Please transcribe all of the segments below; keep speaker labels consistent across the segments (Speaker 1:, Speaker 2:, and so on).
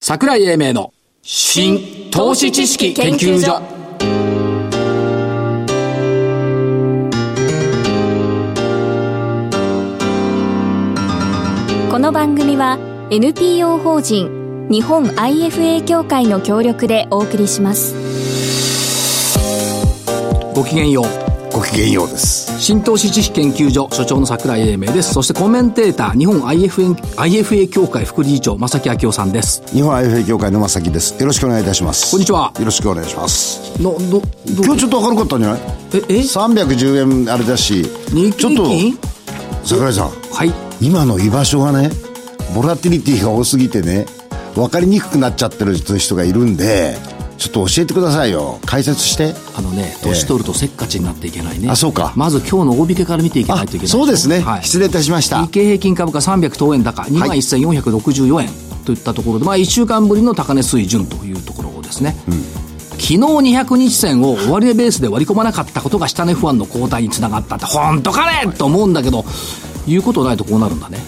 Speaker 1: 桜井英明の新投資知識研究所
Speaker 2: この番組は NPO 法人日本 IFA 協会の協力でお送りします
Speaker 1: ごきげんよう
Speaker 3: ごきげんようです。
Speaker 1: 新投資知識研究所所長の桜井英明ですそしてコメンテーター日本 IFA, IFA 協会副理事長正木明夫さんです
Speaker 3: 日本 IFA 協会の正木です。よろしくお願いいたします。
Speaker 1: こんにちは
Speaker 3: よろしくお願いします。
Speaker 1: のどど
Speaker 3: 今日ちょっと明るかったんじゃない
Speaker 1: ええ
Speaker 3: ?310 円あれだし、
Speaker 1: 日
Speaker 3: ちょ
Speaker 1: 経
Speaker 3: っと
Speaker 1: 平均、
Speaker 3: 桜井さん、
Speaker 1: はい
Speaker 3: 今の居場所がね、ボラティリティが多すぎてね、分かりにくくなっちゃってる人がいるんで、ちょっと教えてくださいよ。解説して。
Speaker 1: あのね年取るとせっかちになっていけないね、
Speaker 3: あそうか
Speaker 1: まず今日の大引けから見ていかないといけない
Speaker 3: そうですね、失礼いたしました。
Speaker 1: 日経平均株価300等円高2万1464円といったところで、まあ1週間ぶりの高値水準というところですね、昨日200日線を終値ベースで割り込まなかったことが下値不安の後退につながったって本当かねと思うんだけど言うことないとこうなるんだね、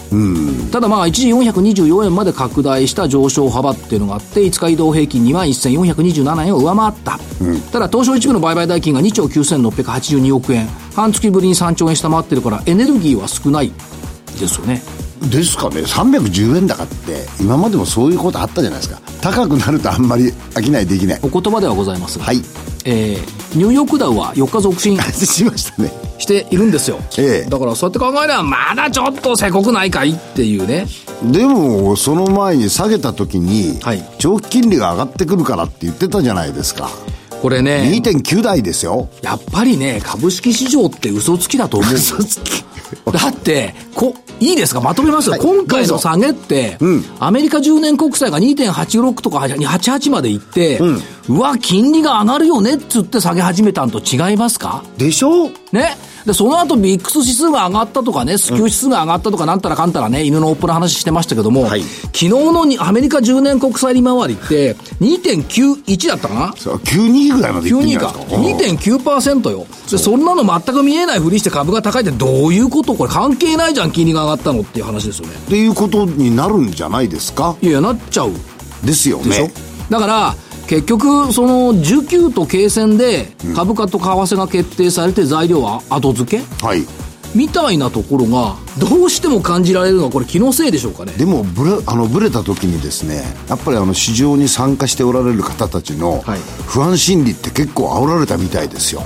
Speaker 1: ただまあ一時424円まで拡大した上昇幅っていうのがあって5日移動平均2万1427円を上回った、ただ東証一部の売買代金が2兆9682億円半月ぶりに3兆円下回ってるからエネルギーは少ないですよね
Speaker 3: ですかね310円高って今までもそういうことあったじゃないですか高くなるとあんまり商いできない
Speaker 1: お言葉ではございますが、
Speaker 3: はい
Speaker 1: えーニューヨークダウは4日続伸
Speaker 3: しましたね
Speaker 1: しているんですよ、
Speaker 3: ええ
Speaker 1: だからそうやって考えればまだちょっとせこくないかいっていうね
Speaker 3: でもその前に下げた時に、
Speaker 1: はい
Speaker 3: 長期金利が上がってくるからって言ってたじゃないですか、
Speaker 1: これね
Speaker 3: 2.9台ですよ
Speaker 1: やっぱりね株式市場って嘘つきだと思う
Speaker 3: つき
Speaker 1: だってこいいですかまとめますよ、
Speaker 3: はい
Speaker 1: 今回
Speaker 3: ど
Speaker 1: の
Speaker 3: うぞ
Speaker 1: 下げって、
Speaker 3: うん
Speaker 1: アメリカ10年国債が2.86とか88までいって、うわ金利が上がるよねっつって下げ始めたんと違いますか
Speaker 3: でしょ
Speaker 1: ね。で、その後、ビックス指数が上がったとかね、スキュー指数が上がったとか、なんたらかんたらね、犬のおっぽの話してましたけども、
Speaker 3: はい
Speaker 1: 昨日のにアメリカ10年国債利回りって、2.91だったかな
Speaker 3: そう92ぐらいまで行ってんじ
Speaker 1: 92
Speaker 3: ゃな
Speaker 1: か
Speaker 3: いですか
Speaker 1: 2.9%よでそんなの全く見えないふりして株が高いってどういうことこれ関係ないじゃん金利が上がったのっていう話ですよね
Speaker 3: っていうことになるんじゃないですか
Speaker 1: いやいやなっちゃう
Speaker 3: ですよ
Speaker 1: でしょ、
Speaker 3: ね
Speaker 1: だから結局その19と経線で株価と為替が決定されて材料は後付け、
Speaker 3: はい
Speaker 1: みたいなところがどうしても感じられるのはこれ気のせいでしょうかね
Speaker 3: でもブレあのブレた時にですねやっぱりあの市場に参加しておられる方たちの
Speaker 1: はい
Speaker 3: 不安心理って結構煽られたみたいですよ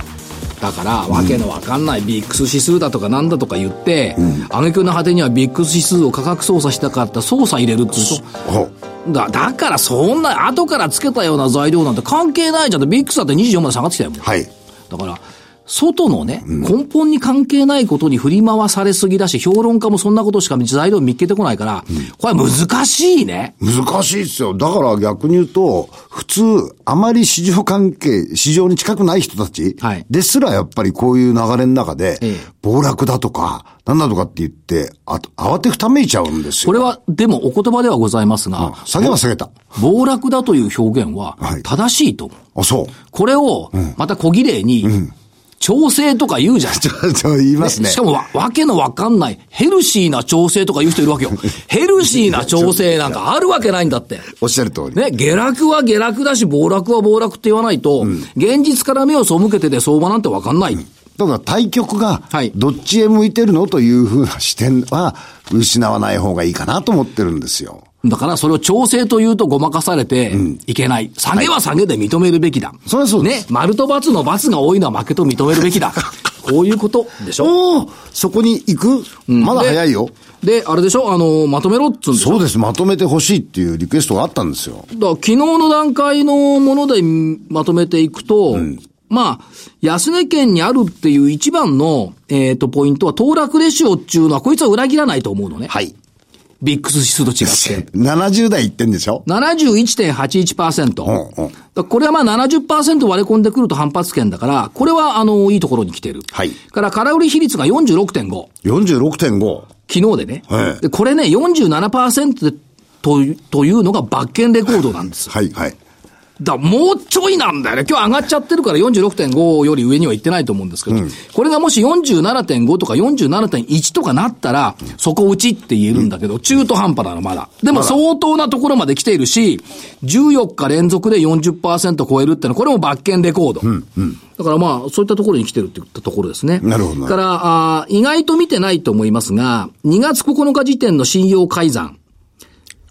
Speaker 1: だからわけのわかんないビックス指数だとかなんだとか言って、挙句の果てにはビックス指数を価格操作したかった操作入れるっていうと
Speaker 3: お
Speaker 1: だだからそんな後からつけたような材料なんて関係ないじゃんビックスだって24まで下がってきたよもう
Speaker 3: はい
Speaker 1: だから外のね、根本に関係ないことに振り回されすぎだし、評論家もそんなことしか材料見っけてこないから、これは難しいね。
Speaker 3: 難しいですよだから逆に言うと普通あまり市場関係市場に近くない人たち
Speaker 1: はい
Speaker 3: ですらやっぱりこういう流れの中で、
Speaker 1: ええ
Speaker 3: 暴落だとかなんだとかって言ってあ慌てふためいちゃうんです
Speaker 1: こ
Speaker 3: よ
Speaker 1: れは、でもお言葉ではございますが、
Speaker 3: 下げは下げた
Speaker 1: 暴落だという表現は
Speaker 3: はい
Speaker 1: 正しいと思う。
Speaker 3: あそう
Speaker 1: これを、また小綺麗に、調整とか言うじゃん。
Speaker 3: ちょっと言いますね
Speaker 1: しかもわ、わけのわかんない、ヘルシーな調整とか言う人いる わけよ。ヘルシーな調整なんかあるわけないんだって。
Speaker 3: おっしゃる通り、
Speaker 1: ね、下落は下落だし、暴落は暴落って言わないと、現実から目を背けてて相場なんてわかんない。
Speaker 3: だから対局が
Speaker 1: はい、
Speaker 3: どっちへ向いてるのというふうな視点は、失わない方がいいかなと思ってるんですよ。
Speaker 1: だから、それを調整というとごまかされて、いけない。下げは下げで認めるべきだ。
Speaker 3: それはそうで
Speaker 1: ね
Speaker 3: す。、
Speaker 1: 丸と×の×が多いのは負けと認めるべき だ。こういうことでしょ。
Speaker 3: おおそこに行く、まだ早いよ。
Speaker 1: で、あれでしょあの、まとめろっつうんでしょ
Speaker 3: そうです。まとめてほしいっていうリクエストがあったんですよ。
Speaker 1: だから昨日の段階のものでんまとめていくと、まあ、安値圏にあるっていう一番の、えっ、と、ポイントは、騰落レシオっていうのは、こいつは裏切らないと思うのね。
Speaker 3: はい。
Speaker 1: ビックス指数と違って。
Speaker 3: 70代行ってんでしょ
Speaker 1: 71.81%。
Speaker 3: うんうん
Speaker 1: だからこれはまあ70%割れ込んでくると反発圏だから、これはあの、いいところに来てる。
Speaker 3: はい
Speaker 1: から、空売り比率が46.5。
Speaker 3: ?46.5。
Speaker 1: 昨日でね。
Speaker 3: はい
Speaker 1: でこれね、47%でというというのが罰券レコードなんですよ
Speaker 3: はい、はい。
Speaker 1: だからもうちょいなんだよね。今日上がっちゃってるから46.5より上には行ってないと思うんですけど、これがもし47.5とか47.1とかなったら、底打ちって言えるんだけど、中途半端なのまだ。でも相当なところまで来ているし、14日連続で40%超えるってのは、これも罰券レコード。だからまあ、そういったところに来てるっていったところですね。
Speaker 3: なるほど
Speaker 1: から、あー意外と見てないと思いますが、2月9日時点の信用改ざん。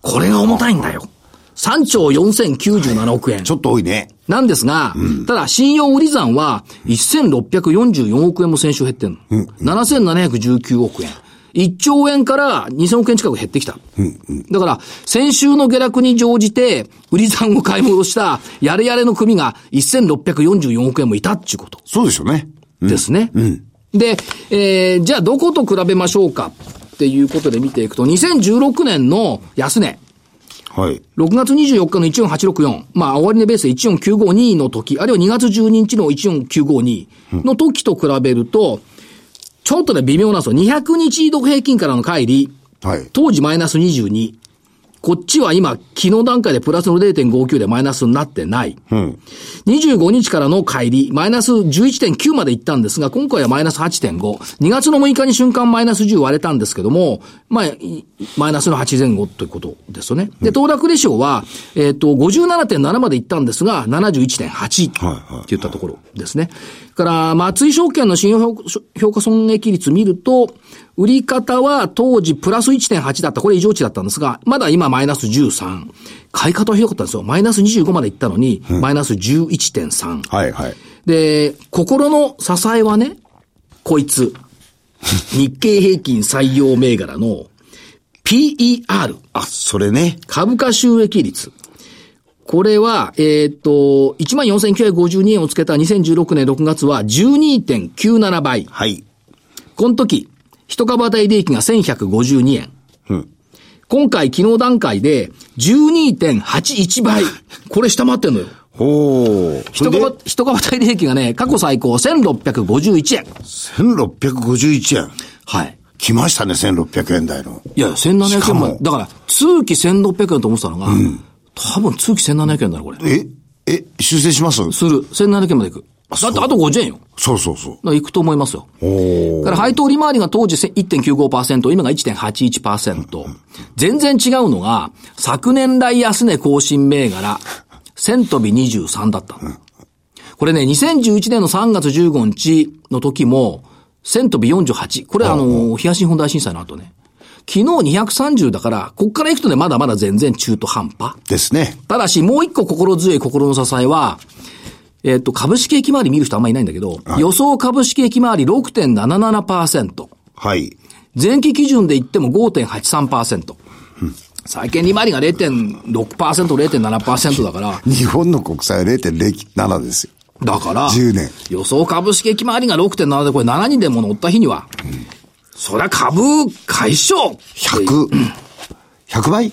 Speaker 1: これが重たいんだよ。3兆4097億円
Speaker 3: ち。ょっと多いね。
Speaker 1: なんですが、ただ信用売り算は1644億円も先週減ってんの。7719億円。1兆円から2000億円近く減ってきた。だから、先週の下落に乗じて、売り算を買い戻した、やれやれの組が1644億円もいたっていうこと。
Speaker 3: そうでしょうね。
Speaker 1: ですね。で、えーじゃあどこと比べましょうかっていうことで見ていくと、2016年の安値。
Speaker 3: はい。
Speaker 1: 6月24日の14864。まあ、終値ベースで14952の時、あるいは2月12日の14952の時と比べると、ちょっとね、微妙なんですよ。200日移動平均からの乖離。
Speaker 3: はい
Speaker 1: 当時マイナス22。こっちは今、昨日段階でプラスの0.59でマイナスになってない。25日からの乖離、マイナス11.9まで行ったんですが、今回はマイナス8.5。2月の6日に瞬間マイナス10割れたんですけども、まあ、いマイナスの8前後ということですよね。で、騰落レシオは、えっ、と、57.7まで行ったんですが、71.8って言ったところですね。から、松井証券の信用評評価損益率見ると、売り方は当時プラス1.8だった。これ異常値だったんですが、まだ今マイナス13。買い方はひどかったんですよ。マイナス25まで行ったのに、マイナス11.3。
Speaker 3: はいはい。
Speaker 1: で、心の支えはね、こいつ。日経平均採用銘柄の PER。
Speaker 3: あ、それね。
Speaker 1: 株価収益率。これは、えーっと、14,952円をつけた2016年6月は12.97倍。
Speaker 3: はい。
Speaker 1: この時、一株当たり利益が1152円。今回、昨日段階で12.81倍。これ下回ってんのよ。
Speaker 3: ほう。
Speaker 1: 一株、一株当たり利益がね、過去最高1651円。
Speaker 3: 1651円。
Speaker 1: はい。
Speaker 3: 来ましたね、1600円台の。
Speaker 1: いや、1700
Speaker 3: しか
Speaker 1: 円
Speaker 3: も
Speaker 1: まで。だから、通期1600円と思ってたのが、多分通期1700円だな、これ。
Speaker 3: ええ修正します
Speaker 1: する。1700円まで行く。だってあと50円よ。
Speaker 3: そうそうそう。
Speaker 1: だから行くと思いますよ。
Speaker 3: お
Speaker 1: だから配当利回りが当時せ1.95%、今が1.81%。全然違うのが、昨年来安値更新銘柄、セントビ23だったの。これね、2011年の3月15日の時も、セントビ48。これあの、東日本大震災の後ね。昨日230だから、こっから行くとね、まだまだ全然中途半端。
Speaker 3: ですね。
Speaker 1: ただし、もう一個心強い心の支えは、えっ、と、株式駅回り見る人あんまりいないんだけど、予想株式駅回り6.77%。
Speaker 3: はい。
Speaker 1: 前期基準で言っても5.83%。債券利回りが0.6%、0.7%だから、
Speaker 3: 日本の国債は0.07ですよ。
Speaker 1: だから、
Speaker 3: 10年
Speaker 1: 予想株式駅回りが6.7で、これ7にでも乗った日には、そりゃ株解消
Speaker 3: 100、100倍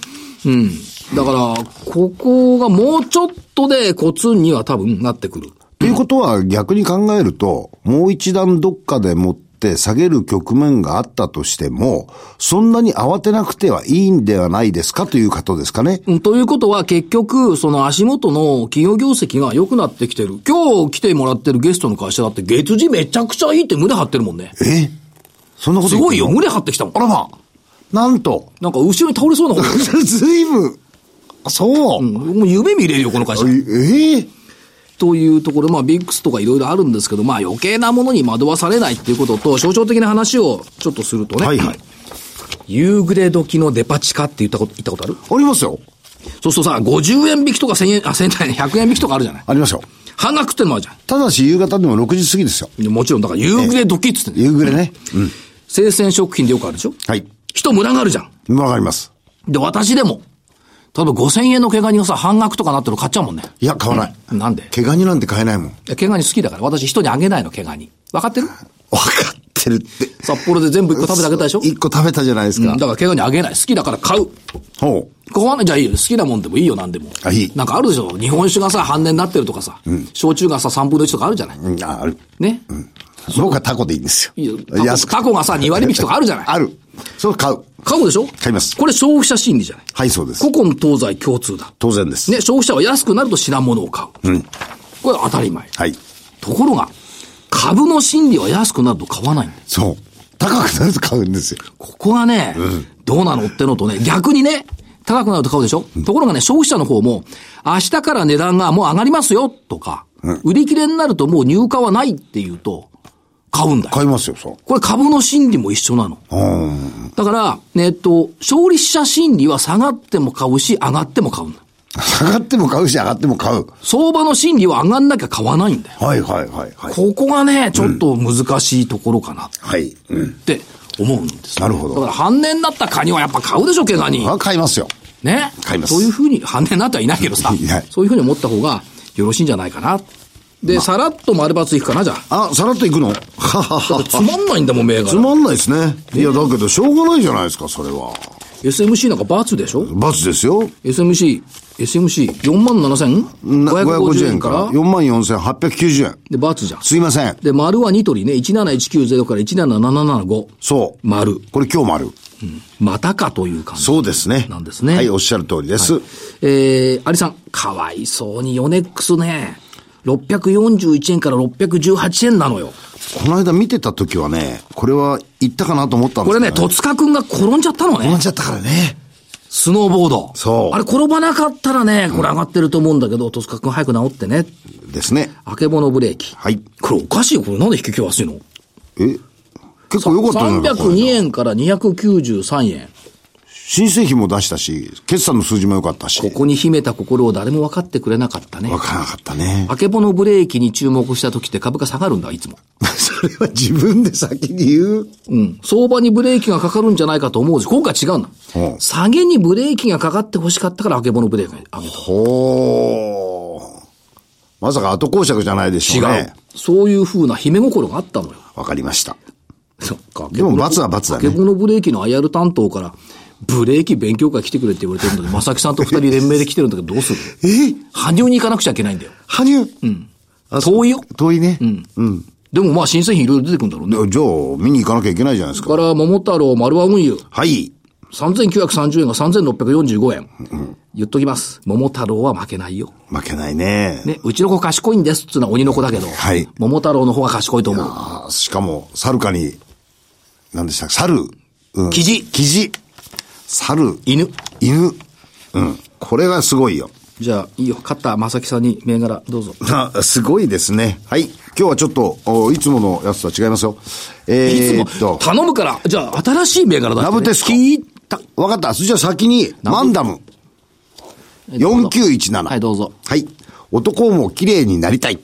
Speaker 1: だから、ここがもうちょっとでコツンには多分なってくる。
Speaker 3: ということは逆に考えると、もう一段どっかでもって下げる局面があったとしても、そんなに慌てなくてはいいんではないですかということですかね。
Speaker 1: うんということは結局、その足元の企業業績が良くなってきてる。今日来てもらってるゲストの会社だって月次めちゃくちゃいいって胸張ってるもんね。
Speaker 3: えそんなこ
Speaker 1: す
Speaker 3: と言っ
Speaker 1: ご
Speaker 3: て
Speaker 1: い
Speaker 3: ん
Speaker 1: よ、
Speaker 3: の
Speaker 1: 胸張ってきたもん。
Speaker 3: あらまなんと
Speaker 1: なんか後ろに倒れそうなこと。
Speaker 3: ずいぶんそう、
Speaker 1: うんもう夢見れるよ、この会社。
Speaker 3: ええ
Speaker 1: というところ、まあ、ビックスとかいろいろあるんですけど、まあ、余計なものに惑わされないっていうことと、象徴的な話をちょっとするとね。
Speaker 3: はいはい。
Speaker 1: 夕暮れ時のデパ地下って言ったこと、言ったことある
Speaker 3: ありますよ。
Speaker 1: そうするとさ、50円引きとか1000円、あ、1000円、100円引きとかあるじゃない
Speaker 3: ありますよ。
Speaker 1: 半額ってのもあるじゃ
Speaker 3: ただし夕方でも6時過ぎですよ。
Speaker 1: ん。もちろん、だから夕暮れ時っつってんだよ
Speaker 3: 夕暮れね。うん。
Speaker 1: 生鮮食品でよくあるでしょ
Speaker 3: はい。
Speaker 1: 人群があるじゃん。
Speaker 3: わかります。
Speaker 1: で、私でも。例えば5000円の毛ガニがさ、半額とかなってるの買っちゃうもんね。
Speaker 3: いや、買わない。
Speaker 1: なんで
Speaker 3: 毛ガニなんて買えないもん。
Speaker 1: いや毛ガニ好きだから。私人にあげないの、毛ガニ。分かってる
Speaker 3: わかってるって。
Speaker 1: 札幌で全部1個食べてあげたでしょ、
Speaker 3: 一個食べたじゃないです
Speaker 1: う
Speaker 3: か
Speaker 1: ん、。だから毛ガニあげない。好きだから買う。
Speaker 3: ほう。
Speaker 1: ここはね、じゃあいいよ。好きなもんでもいいよ、なんでも。
Speaker 3: あいい
Speaker 1: なんかあるでしょ日本酒がさ、半値になってるとかさ。焼酎がさ、3分の1とかあるじゃない、
Speaker 3: うん、あある。
Speaker 1: ね、
Speaker 3: 僕はタコでいいんですよ。
Speaker 1: いいよタコ
Speaker 3: 安く
Speaker 1: タコがさ、2割引きとかあるじゃない
Speaker 3: ある。それ買う。
Speaker 1: 買うでしょ
Speaker 3: 買います
Speaker 1: これ消費者心理じゃない。
Speaker 3: はい、そうです
Speaker 1: 古。今東西共通だ。
Speaker 3: 当然です。
Speaker 1: ね、消費者は安くなると品物を買う。
Speaker 3: うん。
Speaker 1: これは当たり前。
Speaker 3: はい。
Speaker 1: ところが、株の心理は安くなると買わないんだよ
Speaker 3: そう。高くなると買うんですよ。
Speaker 1: ここがね、どうなのってのとね、逆にね、高くなると買うでしょ、ところがね、消費者の方も、明日から値段がもう上がりますよ、とか、売り切れになるともう入荷はないっていうと、買うんだよ。
Speaker 3: 買いますよ、そう。
Speaker 1: これ株の心理も一緒なの。
Speaker 3: うん。
Speaker 1: だから、ねえっと、勝利者心理は下がっても買うし、上がっても買うんだ。
Speaker 3: 下がっても買うし、上がっても買う。
Speaker 1: 相場の心理は上がんなきゃ買わないんだよ。
Speaker 3: はいはいはいはい。
Speaker 1: ここがね、ちょっと難しいところかなっ
Speaker 3: はい。うん。
Speaker 1: て思うんですよ、
Speaker 3: なるほど
Speaker 1: だから半年だったカニはやっぱ買うでしょ、毛ガニ。
Speaker 3: は買いますよ。
Speaker 1: ね。
Speaker 3: 買います
Speaker 1: そういうふうに、半年になってはいないけどさ
Speaker 3: いない、
Speaker 1: そういうふうに思った方がよろしいんじゃないかな。で、さらっと丸バツいくかな、じゃあ。
Speaker 3: あ、さらっと行くの ははは
Speaker 1: つまんないんだもん、銘
Speaker 3: つ
Speaker 1: 柄。
Speaker 3: まんないですね。いや、だけど、しょうがないじゃないですか、それは。
Speaker 1: SMC なんかバツでしょ
Speaker 3: 罰ですよ。
Speaker 1: ?SMC、SMC4 万
Speaker 3: な550
Speaker 1: 75,550
Speaker 3: 円
Speaker 1: 円
Speaker 3: か
Speaker 1: からら、
Speaker 3: 44,890円。
Speaker 1: で、バツじゃん。
Speaker 3: すいません。
Speaker 1: で、丸はニトリね、17190から17775。
Speaker 3: そう。
Speaker 1: 丸。
Speaker 3: これ今日もある。
Speaker 1: またかという感じ。
Speaker 3: そうですね。
Speaker 1: なんですね
Speaker 3: はい、おっしゃる通りです。
Speaker 1: えー、アリさん、かわいそうにヨネックスね、641円から618円なのよ。
Speaker 3: この間見てた時はね、これは行ったかなと思ったんで
Speaker 1: こ
Speaker 3: す
Speaker 1: れ
Speaker 3: けど、
Speaker 1: ね、戸塚くんが転んじゃったの
Speaker 3: 止まっ
Speaker 1: ね。
Speaker 3: ちゃったからね。
Speaker 1: スノーボード。
Speaker 3: そう
Speaker 1: あれ転ばなかったらね、これ上がってると思うんだけど、戸塚くん早く治ってね。
Speaker 3: ですね。
Speaker 1: あけぼのブレーキ。
Speaker 3: はい。
Speaker 1: これおかしいよ。これなんで引き気安いの
Speaker 3: え結構良かったんじゃないですかこ
Speaker 1: ?302
Speaker 3: れ
Speaker 1: 円から293円。
Speaker 3: 新製品も出したし、決算の数字も良かったし。
Speaker 1: ここに秘めた心を誰も分かってくれなかったね
Speaker 3: わ。からなかったね。
Speaker 1: あけぼのブレーキに注目した時って株価下がるんだ、いつも。
Speaker 3: それは自分で先に言う。
Speaker 1: うん。相場にブレーキがかかるんじゃないかと思うし、今回違うんだ。
Speaker 3: うん
Speaker 1: 下げにブレーキがかかって欲しかったから、あけぼのブレーキ上げた。
Speaker 3: ほー。まさか後講釈じゃないでし
Speaker 1: 違
Speaker 3: ょ
Speaker 1: う。
Speaker 3: うね。
Speaker 1: そういう風な姫心があったのよ。
Speaker 3: わかりました。
Speaker 1: そっか。
Speaker 3: でも罰は罰だね
Speaker 1: あけぼのブレーキの IR 担当から、ブレーキ勉強会来てくれって言われてるので、正木さんと二人連名で来てるんだけど、どうする
Speaker 3: え
Speaker 1: 羽生に行かなくちゃいけないんだよ。
Speaker 3: 羽生うん。
Speaker 1: 遠いよ。
Speaker 3: 遠いね。うん。
Speaker 1: でもまあ新製品いろいろ出てくるんだろうね。
Speaker 3: じゃあ、見に行かなきゃいけないじゃないです
Speaker 1: だ
Speaker 3: か。
Speaker 1: から、桃太郎、丸和運輸、
Speaker 3: はい。
Speaker 1: 3930円が3645円。言っときます。桃太郎は負けないよ。
Speaker 3: 負けないね。
Speaker 1: ね、うちの子賢いんですっつうのは鬼の子だけど、
Speaker 3: はい
Speaker 1: 桃太郎の方が賢いと思う。
Speaker 3: あーしかも、猿かに、何でしたっけ猿。うん。
Speaker 1: キジ
Speaker 3: キジ。猿。
Speaker 1: 犬。
Speaker 3: 犬。うん。これがすごいよ。
Speaker 1: じゃあ、いいよ。勝った正木さんに銘柄、どうぞ。
Speaker 3: あすごいですね。はい。今日はちょっと、おいつものやつとは違いますよ。えー、
Speaker 1: い
Speaker 3: っ
Speaker 1: つ
Speaker 3: と
Speaker 1: も、、頼むから、じゃあ、新しい銘柄だってね、
Speaker 3: ラブテスコ。
Speaker 1: 聞いた。
Speaker 3: わかった。じゃあ先に、マンダム。4917。
Speaker 1: はい、どうぞ。
Speaker 3: はい。男も綺麗になりたい。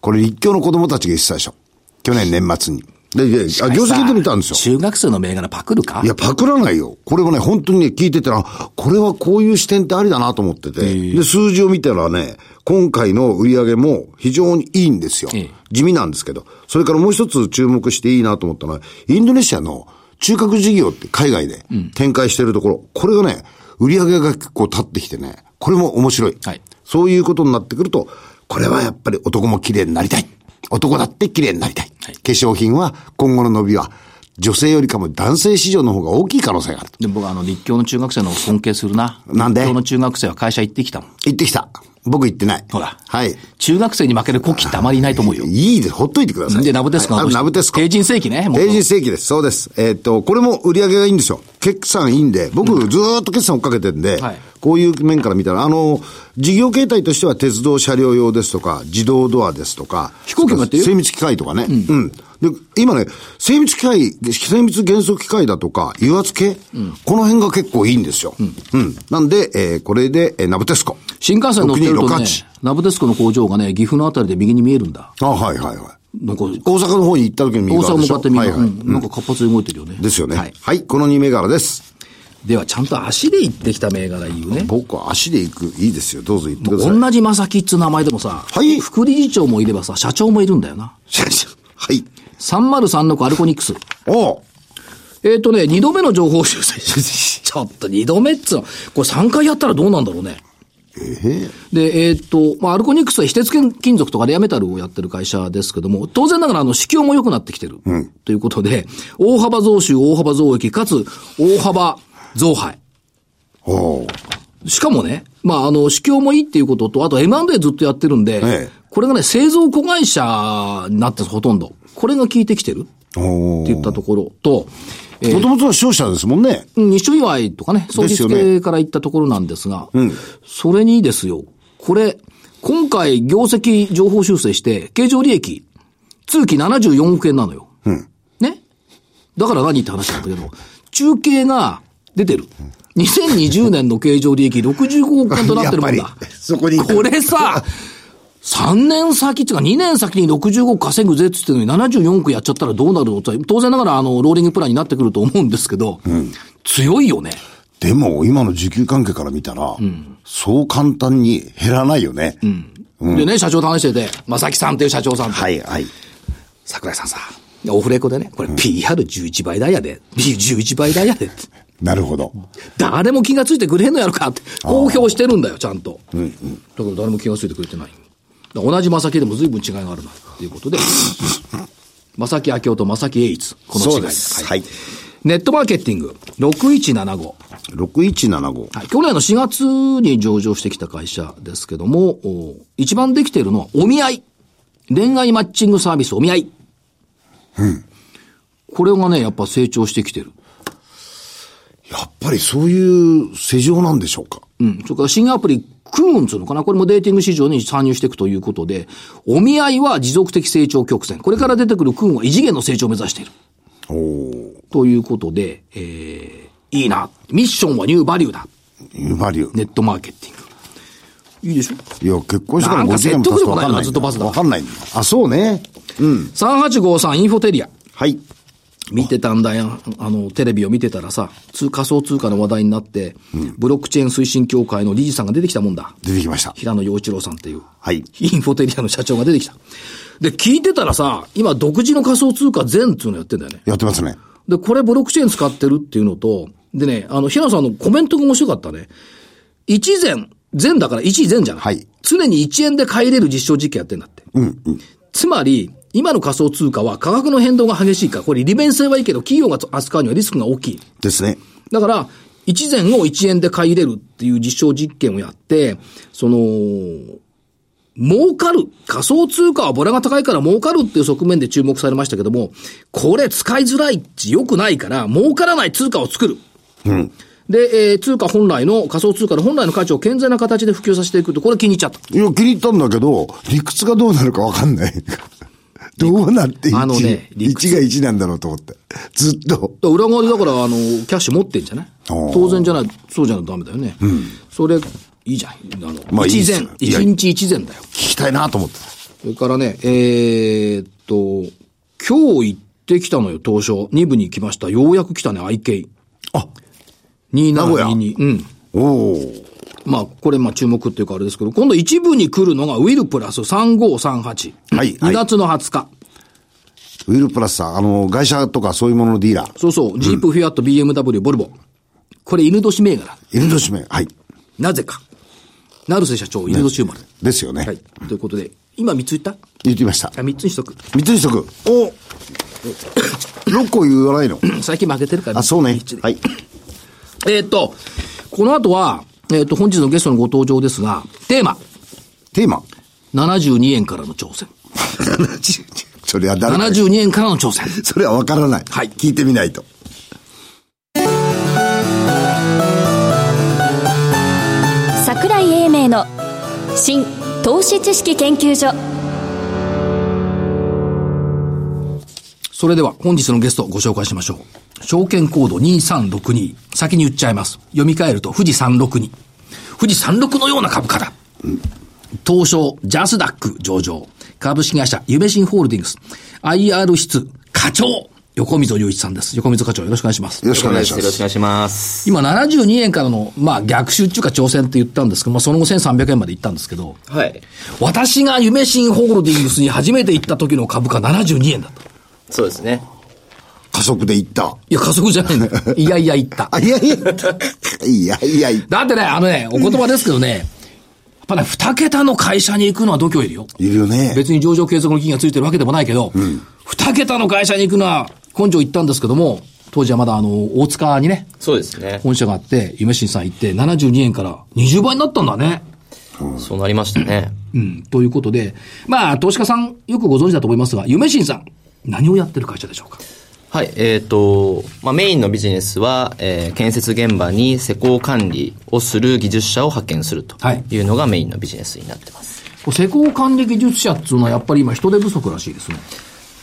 Speaker 3: これ、立教の子供たちが言ってたでしょ。去年年末に。で、であ業績で見たんですよ。
Speaker 1: 中学生の銘柄パクるか
Speaker 3: いや、パクらないよ。これはね、本当にね、聞いてたら、あこれはこういう視点ってありだなと思ってて、で、数字を見たらね、今回の売り上げも非常にいいんですよ。
Speaker 1: ええ
Speaker 3: 地味なんですけど。それからもう一つ注目していいなと思ったのは、インドネシアの中核事業って海外で展開してるところ、これがね、売り上げが結構立ってきてね、これも面白い。
Speaker 1: はい
Speaker 3: そういうことになってくると、これはやっぱり男も綺麗になりたい。男だって綺麗になりたい。
Speaker 1: はい
Speaker 3: 化粧品は今後の伸びは、女性よりかも男性市場の方が大きい可能性がある。
Speaker 1: でも僕、あの、立教の中学生の方尊敬するな。
Speaker 3: なんで
Speaker 1: 立教の中学生は会社行ってきたもん。
Speaker 3: 行ってきた。僕行ってない。
Speaker 1: ほら
Speaker 3: はい。
Speaker 1: 中学生に負けるコキってあまりいないと思うよ。
Speaker 3: いいです。ほっといてください。
Speaker 1: で、ナブテスコ
Speaker 3: はいあナブテスコ。
Speaker 1: 定人世紀ね。もう
Speaker 3: 定人正規です。そうです。えーっと、これも売り上げがいいんですよ。決算いいんで、僕ずーっと決算追っかけてんで、
Speaker 1: はい
Speaker 3: こういう面から見たら、あの、事業形態としては鉄道車両用ですとか、自動ドアですとか、
Speaker 1: 飛行機もやってるよ
Speaker 3: 精密機械とかね。うん。で、今ね、精密機械、精密減速機械だとか、油圧系、この辺が結構いいんですよ。うん。なんで、えーこれで、えーナブテスコ。
Speaker 1: 新幹線乗ってるとね
Speaker 3: 6268、
Speaker 1: ナブテスコの工場がね、岐阜のあたりで右に見えるんだ。
Speaker 3: あ、はいはいはい。
Speaker 1: なんか、大
Speaker 3: 大阪の方に行った時に右側
Speaker 1: 阪
Speaker 3: で
Speaker 1: 向
Speaker 3: し
Speaker 1: か
Speaker 3: ょ
Speaker 1: って右
Speaker 3: はい
Speaker 1: 側、
Speaker 3: は
Speaker 1: う
Speaker 3: い。
Speaker 1: んなんか活発に動いてるよね。
Speaker 3: ですよね。
Speaker 1: はい。
Speaker 3: はい。この2銘柄です。
Speaker 1: では、ちゃんと足で行ってきた銘柄言うね。
Speaker 3: 僕は足で行く。いいですよ。どうぞ行ってください。
Speaker 1: 同じ正木っつう名前でもさ、
Speaker 3: はい
Speaker 1: 副理事長もいればさ、社長もいるんだよな。
Speaker 3: はい。
Speaker 1: 303の子アルコニックス。
Speaker 3: おう
Speaker 1: えっ、とね、二度目の情報修正。ちょっと二度目っつうの。これ3回やったらどうなんだろうね。で、えーっと、まあ、アルコニクスは非鉄金属とかレアメタルをやってる会社ですけども、当然ながら、あの、市況も良くなってきてる。ということで、大幅増収、大幅増益、かつ、大幅増配。
Speaker 3: おう
Speaker 1: しかもね、まあ、あの、市況もいいっていうことと、あと M&A ずっとやってるんで、
Speaker 3: ええ
Speaker 1: これがね、製造子会社になってるほとんど。これが効いてきてるって
Speaker 3: おう
Speaker 1: 言ったところと、えー
Speaker 3: もともとは商社ですもんね。
Speaker 1: うん西尾祝いとかね、創
Speaker 3: で
Speaker 1: 立
Speaker 3: すよね
Speaker 1: 系から行ったところなんですが、それにですよ、これ、今回業績情報修正して、経常利益、通期74億円なのよ。ねだから何って話なんだけど、中継が出てる。2020年の経常利益65億円となってるもん
Speaker 3: や
Speaker 1: だ
Speaker 3: っぱ。りそこに
Speaker 1: これさ、3年先っていうか2年先に65億稼ぐぜって言ってるのに74億やっちゃったらどうなるのって当然ながらあの、ローリングプランになってくると思うんですけど、強いよね。
Speaker 3: でも、今の時給関係から見たら、そう簡単に減らないよね。
Speaker 1: でね、社長と話してて、正木さんっていう社長さんと、
Speaker 3: はい、はい。
Speaker 1: 桜井さんさ、オフレコでね、これ PR11 倍だやで、B11 倍だやでって。
Speaker 3: なるほど。
Speaker 1: 誰も気がついてくれへんのやろかって、公表してるんだよ、ちゃんと。だから誰も気がついてくれてない。だから同じ正木でも随分違いがあるな、っていう ことで、正木明夫と正木栄一、この違い
Speaker 3: そうです。はい。
Speaker 1: ネットマーケティング、6175。
Speaker 3: 6175。
Speaker 1: はい、去年の4月に上場してきた会社ですけども、お一番できているのはお見合い。恋愛マッチングサービスお見合い。これがね、やっぱ成長してきてる。
Speaker 3: やっぱりそういう世情なんでしょうか。
Speaker 1: うん。それから新アプリ、クーンつうのかなこれもデーティング市場に参入していくということで、お見合いは持続的成長曲線。これから出てくるクーンは異次元の成長を目指している。
Speaker 3: おお。
Speaker 1: ということで、えー、いいな。ミッションはニューバリューだ。
Speaker 3: ニューバリュー。
Speaker 1: ネットマーケティング。いいでしょ
Speaker 3: いや、結婚してか
Speaker 1: な
Speaker 3: ら
Speaker 1: んか
Speaker 3: 50年も経
Speaker 1: 説得
Speaker 3: つと
Speaker 1: 力
Speaker 3: わ
Speaker 1: ない
Speaker 3: かんないんだ。
Speaker 1: ずっとバズだ
Speaker 3: わかんないんだ。あ、そうね。
Speaker 1: ?3853 インフォテリア。
Speaker 3: はい。
Speaker 1: 見てたんだよ。あの、テレビを見てたらさ、通仮想通貨の話題になって、ブロックチェーン推進協会の理事さんが出てきたもんだ。
Speaker 3: 出てきました。
Speaker 1: 平野陽一郎さんっていう。
Speaker 3: はい
Speaker 1: インフォテリアの社長が出てきた。で、聞いてたらさ、今独自の仮想通貨全っていうのやってんだよね。
Speaker 3: やってますね。
Speaker 1: で、これブロックチェーン使ってるっていうのと、でね、あの、平野さんのコメントが面白かったね。一善、善だから一善じゃない。
Speaker 3: はい
Speaker 1: 常に1円で買い入れる実証実験やってんだって。
Speaker 3: うん、うん。
Speaker 1: つまり、今の仮想通貨は価格の変動が激しいから、これ利便性はいいけど、企業が扱うにはリスクが大きい。
Speaker 3: ですね。
Speaker 1: だから、1銭を1円で買い入れるっていう実証実験をやって、その、儲かる。仮想通貨はボラが高いから儲かるっていう側面で注目されましたけども、これ使いづらいし良くないから、儲からない通貨を作る。で、えー通貨本来の、仮想通貨の本来の価値を健全な形で普及させていくと、これ気に入っちゃった。
Speaker 3: いや、気に入ったんだけど、理屈がどうなるかわかんない。 どうなって
Speaker 1: あのね理屈
Speaker 3: 1が1なんだろうと思って。ずっと。
Speaker 1: だから裏側でだから、あの、キャッシュ持ってんじゃない
Speaker 3: おー
Speaker 1: 当然じゃない、そうじゃないとダメだよね。それ、いいじゃん。あの、
Speaker 3: まあいい
Speaker 1: 一
Speaker 3: ですよ
Speaker 1: 膳。一日一膳だよ。
Speaker 3: 聞きたいなと思って。
Speaker 1: それからね、えーっと、今日行ってきたのよ、東証。2部に来ました。ようやく来たね、IK。
Speaker 3: あ、
Speaker 1: 2722。うん。
Speaker 3: おお。
Speaker 1: まあ、これ、まあ、注目っていうかあれですけど、今度一部に来るのが、ウィルプラス3538。
Speaker 3: はい
Speaker 1: 2
Speaker 3: はい
Speaker 1: 月の20日。
Speaker 3: ウィルプラスさん、あの、外車とかそういうもののディーラー。
Speaker 1: そうそう、ジープ、フィアット、BMW、ボルボ。これ、犬年銘柄。
Speaker 3: 犬年目。はい。
Speaker 1: なぜか。成瀬社長、犬年生まれ。
Speaker 3: ですよね。
Speaker 1: はい。ということで、今3つ言ったあ
Speaker 3: 言ってみました。
Speaker 1: ?3 つにしとく。
Speaker 3: 三つにしとく。お !6 個言わないの。
Speaker 1: 最近負けてるから。
Speaker 3: あ、そうね
Speaker 1: 三つ。で
Speaker 3: はい。
Speaker 1: えーっと、この後は、えーっと、本日のゲストのご登場ですが、テーマ、
Speaker 3: テーマ。
Speaker 1: 72円からの挑戦。
Speaker 3: それは誰か
Speaker 1: 72円からの挑戦。
Speaker 3: それはわからない。
Speaker 1: はい
Speaker 3: 聞いてみないと。
Speaker 2: 桜井英明の新投資知識研究所
Speaker 1: それでは、本日のゲストをご紹介しましょう。証券コード2362。先に言っちゃいます。読み替えると、富士362。富士36のような株価だ。東証、ジャスダック上場。株式会社、夢新ホールディングス。IR 室、課長。横溝雄一さんです。横溝課長、よろしくお願いします。
Speaker 3: よろしくお願いし
Speaker 4: よ
Speaker 3: ま
Speaker 4: ろしくお
Speaker 3: す。
Speaker 4: 願いします。
Speaker 1: 今72円からの、まあ逆襲っていうか挑戦って言ったんですけど、まあその後1300円まで行ったんですけど、
Speaker 4: はい。
Speaker 1: 私が夢新ホールディングスに初めて行った時の株価72円だった。
Speaker 4: そうですね。
Speaker 3: 加速で行った。
Speaker 1: いや、加速じゃないんだよ。いやいや行った。
Speaker 3: あ、いやいや。いやいや。
Speaker 1: だってね、あのね、お言葉ですけどね、ぱね、二桁の会社に行くのは度胸いるよ。
Speaker 3: いるよね。
Speaker 1: 別に上場継続の金がついてるわけでもないけど、二、桁の会社に行くのは根性行ったんですけども、当時はまだあの、大塚にね、
Speaker 4: そうですね。
Speaker 1: 本社があって、夢新さん行って72円から20倍になったんだね。
Speaker 4: そうなりましたね。
Speaker 1: うん、ということで、まあ、投資家さんよくご存知だと思いますが、夢新さん、何をやってる会社でしょうか
Speaker 4: はい、えっ、と、まあ、メインのビジネスは、えー建設現場に施工管理をする技術者を派遣すると
Speaker 1: はい
Speaker 4: いうのがメインのビジネスになってます。
Speaker 1: こう施工管理技術者っていうのはやっぱり今人手不足らしいですね。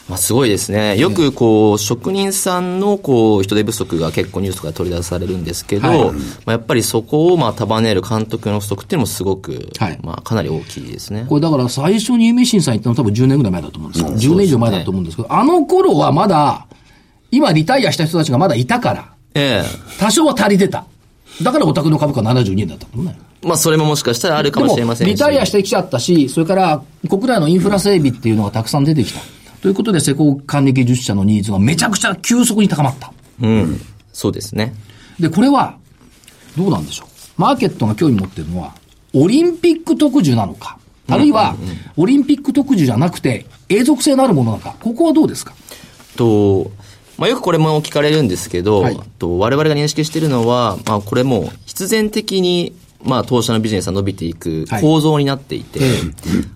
Speaker 4: まあ、すごいですね。よく、こう、職人さんの、こう、人手不足が結構ニュースとかで取り出されるんですけど、
Speaker 1: はい
Speaker 4: まあ、やっぱりそこを、まあ、束ねる監督の不足っていうのもすごく、
Speaker 1: はい
Speaker 4: まあ、かなり大きいですね。
Speaker 1: これだから最初に夢新さん行ったの多分10年ぐらい前だと思うんですよ。10年以上前だと思うんですけど、あの頃はまだ、今リタイアした人たちがまだいたから、
Speaker 4: ええ
Speaker 1: 多少は足りてた。だからお宅の株価72円だったもんね。
Speaker 4: まあ、それももしかしたらあるかもしれません
Speaker 1: でも、リタイアしてきちゃったし、それから国内のインフラ整備っていうのがたくさん出てきた。ということで、施工管理技術者のニーズがめちゃくちゃ急速に高まった。
Speaker 4: うん。そうですね。
Speaker 1: で、これは、どうなんでしょう。マーケットが興味持ってるのは、オリンピック特需なのか、あるいは、オリンピック特需じゃなくて、永続性のあるものなのか、ここはどうですか
Speaker 4: と、まあ、よくこれも聞かれるんですけど、
Speaker 1: はい
Speaker 4: と我々が認識しているのは、まあ、これもう必然的に、まあ、投資のビジネスが伸びていく
Speaker 1: はい
Speaker 4: 構造になっていて、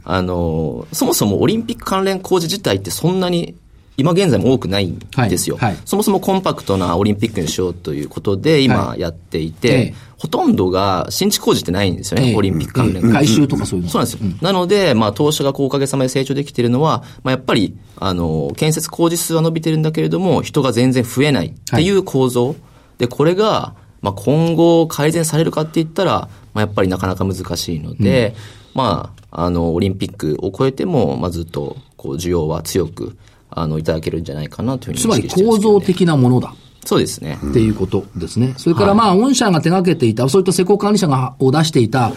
Speaker 4: あの、そもそもオリンピック関連工事自体ってそんなに今現在も多くないんですよ、
Speaker 1: はいはい
Speaker 4: そもそもコンパクトなオリンピックにしようということで今
Speaker 1: はい
Speaker 4: やっていて、
Speaker 1: ええ
Speaker 4: ほとんどが新築工事ってないんですよ
Speaker 1: え
Speaker 4: ね、
Speaker 1: え
Speaker 4: オリンピック関連工事
Speaker 1: 回収とかそういうの。
Speaker 4: そうなんですよ。なので、まあ、投資がこうおかげさまで成長できているのは、まあ、やっぱり、あの、建設工事数は伸びてるんだけれども、人が全然増えないっていう構造。で、これが、まあ、今後改善されるかって言ったら、まあ、やっぱりなかなか難しいので、まあ、あの、オリンピックを超えても、まあ、ずっと、こう、需要は強く、あの、いただけるんじゃないかなというふうに
Speaker 1: つま
Speaker 4: 意
Speaker 1: り
Speaker 4: 識してま
Speaker 1: 構
Speaker 4: すけど
Speaker 1: 造
Speaker 4: ね、
Speaker 1: 的なものだ。
Speaker 4: そうですね。
Speaker 1: っていうことですね。それからまあ、御社が手掛けていた、そういった施工管理者がを出していた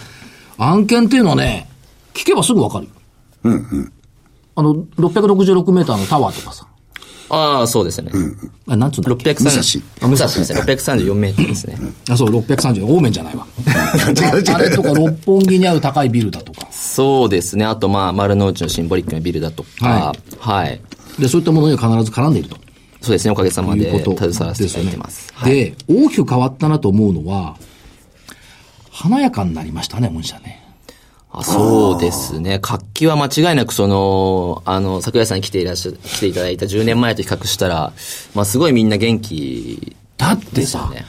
Speaker 1: 案件っていうのはね、聞けばすぐわかるよ。うんうん。あの、666メーターのタワーとかさ。
Speaker 4: ああ、そうですね。
Speaker 1: あれ、なんつうんだっけ
Speaker 4: 630。あ武蔵ですね。634メートルですね。
Speaker 1: あ、そう、630。オーメンじゃないわ。
Speaker 3: 違う違う
Speaker 1: あれとか、六本木にある高いビルだとか。
Speaker 4: そうですね。あと、まあ、丸の内のシンボリックなビルだとか、はい。
Speaker 1: で、そういったものには必ず絡んでいると。
Speaker 4: そうですね。おかげさま
Speaker 1: い
Speaker 4: で、
Speaker 1: うこ
Speaker 4: 携
Speaker 1: と
Speaker 4: わらせて
Speaker 1: で
Speaker 4: い
Speaker 1: す
Speaker 4: た
Speaker 1: よ
Speaker 4: だい
Speaker 1: ね
Speaker 4: てます。。はい。
Speaker 1: で、大きく変わったなと思うのは、華やかになりましたね、御社ね。
Speaker 4: あそうですね。活気は間違いなく、その、あの、桜井さんに来ていらっしゃ、来ていただいた10年前と比較したら、まあ、すごいみんな元気
Speaker 1: だって
Speaker 4: ですよ
Speaker 1: さ、
Speaker 4: ね。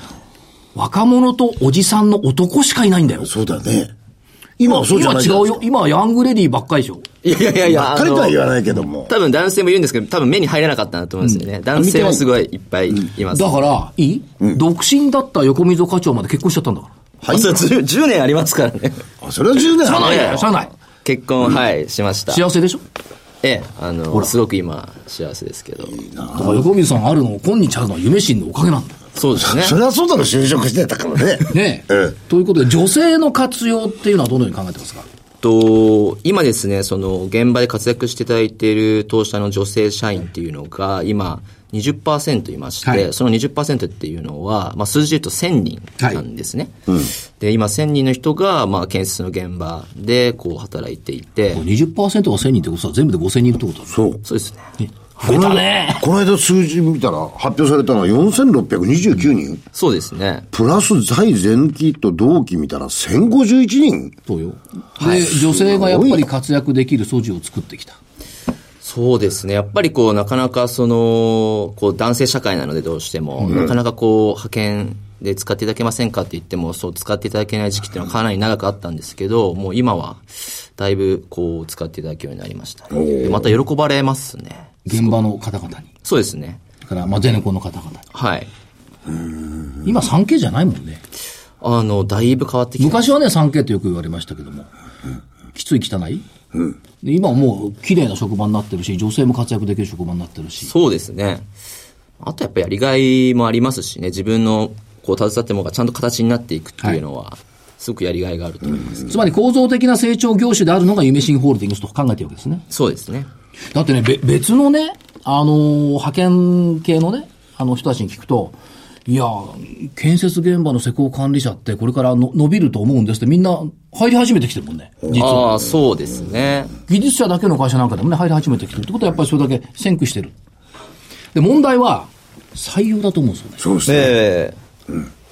Speaker 1: 若者とおじさんの男しかいないんだよ。
Speaker 3: そうだよね。今はそうじゃないじゃ
Speaker 1: 今
Speaker 3: な
Speaker 1: 違う
Speaker 3: いです
Speaker 1: よ
Speaker 3: か。。
Speaker 1: 今はヤングレディばっかりでしょ。
Speaker 4: いやいやいやいや、
Speaker 3: 彼とは言わ
Speaker 4: い。
Speaker 3: ないけども。
Speaker 4: 多分男性もいるんですけど、多分目に入らなかったなと思うんですよね。男性もすごいいっぱいいます。
Speaker 1: だから、いい、独身だった横溝課長まで結婚しちゃったんだから。
Speaker 4: はい。それ 10, 10年ありますからね。
Speaker 3: あそれは10年
Speaker 1: 社
Speaker 3: あ
Speaker 1: 内
Speaker 3: る
Speaker 1: だよ、社内。
Speaker 4: 結婚、はい、しました。
Speaker 1: 幸せでしょ
Speaker 4: ええ、あの、すごく今、幸せですけど。
Speaker 1: だから横溝さんあるの、今日あるのは夢心のおかげなんだよ。
Speaker 4: そうですね。
Speaker 3: それはそうだろ、就職してたからね。
Speaker 1: ねえ。
Speaker 3: ええ
Speaker 1: ということで、女性の活用っていうのはどのように考えてますか
Speaker 4: と、今ですね、その、現場で活躍していただいている当社の女性社員っていうのが、今、20%いまして、
Speaker 1: はい
Speaker 4: その20%っていうのは、まあ、数字で言うと1000人なんですね。で、今1000人の人が、まあ、建設の現場で、こう、働いていて、
Speaker 1: ?20% が1000人ってことは全部で5000人いるってことだね。
Speaker 3: そう。
Speaker 4: そうですね。
Speaker 1: 増えたね。
Speaker 3: この間数字見たら、発表されたのは4629人。
Speaker 4: そうですね。
Speaker 3: プラス在前期と同期見たら1051人。
Speaker 1: そうよ。で、女性がやっぱり活躍できる素地を作ってきた。
Speaker 4: そうですね。やっぱりこう、なかなかその、こう、男性社会なのでどうしても、なかなかこう、派遣で使っていただけませんかって言っても、そう、使っていただけない時期っていうのはかなり長くあったんですけど、もう今は、だいぶこう、使っていただくようになりました。でまた喜ばれますね。
Speaker 1: 現場の方々に。
Speaker 4: そうですね。
Speaker 1: だから、まあ、ゼネコンの方々に。
Speaker 4: はい。
Speaker 1: 今、産経じゃないもんね。
Speaker 4: あの、だいぶ変わってきて、
Speaker 1: 昔はね、産経ってよく言われましたけども、きつい汚い、で今はもう綺麗な職場になってるし、女性も活躍できる職場になってるし、
Speaker 4: そうですね。あとやっぱりやりがいもありますしね、自分の、こう、携わってものがちゃんと形になっていくっていうのは、すごくやりがいがあると思います。
Speaker 1: つまり構造的な成長業種であるのが夢新ホールディングスと考えてるわけですね。
Speaker 4: そうですね。
Speaker 1: だってね、べ別のね、あのー派遣系のね、あの人たちに聞くと、いやー、建設現場の施工管理者ってこれからの伸びると思うんですってみんな入り始めてきてるもんね。実は。
Speaker 4: ああ、そうですね。
Speaker 1: 技術者だけの会社なんかでもね、入り始めてきてるってことはやっぱりそれだけ先駆してる。で、問題は採用だと思うんですよね。
Speaker 3: そうですね。
Speaker 4: ええ